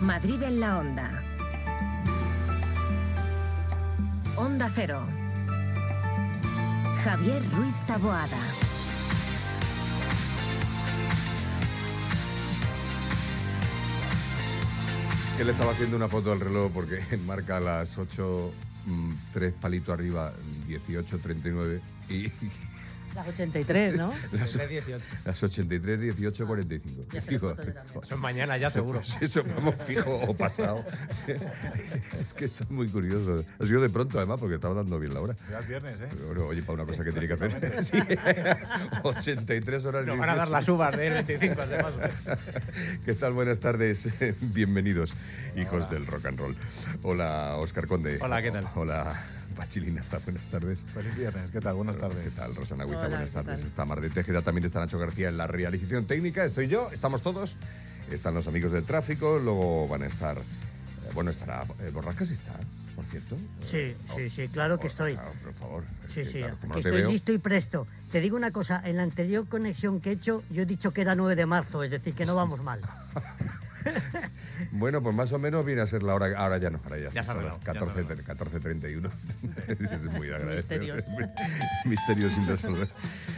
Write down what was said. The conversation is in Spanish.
Madrid en la onda. Onda Cero. Javier Ruiz Taboada. Que le estaba haciendo una foto al reloj porque marca las 8, mm, tres palito arriba, 18.39 y Las 83, ¿no? las, Desde 18. las 83, 18, 45. Ah, ya se Digo, la foto yo también. Eso es mañana ya seguro. pues eso, vamos, fijo o pasado. es que está muy curioso. Ha sido de pronto, además, porque estaba dando bien la hora. Ya es viernes, ¿eh? Pero bueno, oye, para una cosa que tiene que hacer. Sí, 83 horas Nos van a dar 18. las uvas del 25, además. ¿Qué tal? Buenas tardes. Bienvenidos, hijos del rock and roll. Hola, Oscar Conde. Hola, ¿qué tal? Pues, Hola, Pachilinaza. Buenas tardes. Feliz viernes, ¿qué tal? Buenas ¿Qué tardes. tal? Rosana Huiza, Hola, buenas ¿qué tardes. tal? Está Mar de Tejeda, también está Nacho García en la realización técnica. Estoy yo, estamos todos. Están los amigos del tráfico, luego van a estar. eh, bueno, estará. eh, Borrascas está, por cierto. Sí, Eh, sí, sí, claro que Borja, estoy. Por favor. Es Sí, que, sí, claro, como aquí no te estoy veo- listo y presto. Te digo una cosa, en la anterior conexión que he hecho yo he dicho que era 9 de marzo, es decir, que no vamos mal. Bueno, pues más o menos viene a ser la hora. Ahora ya no, ahora ya, Ya se ha son las arreglado, ya se ha 14 14.31. es muy agradecido. Misterios. Misterios sin resolver.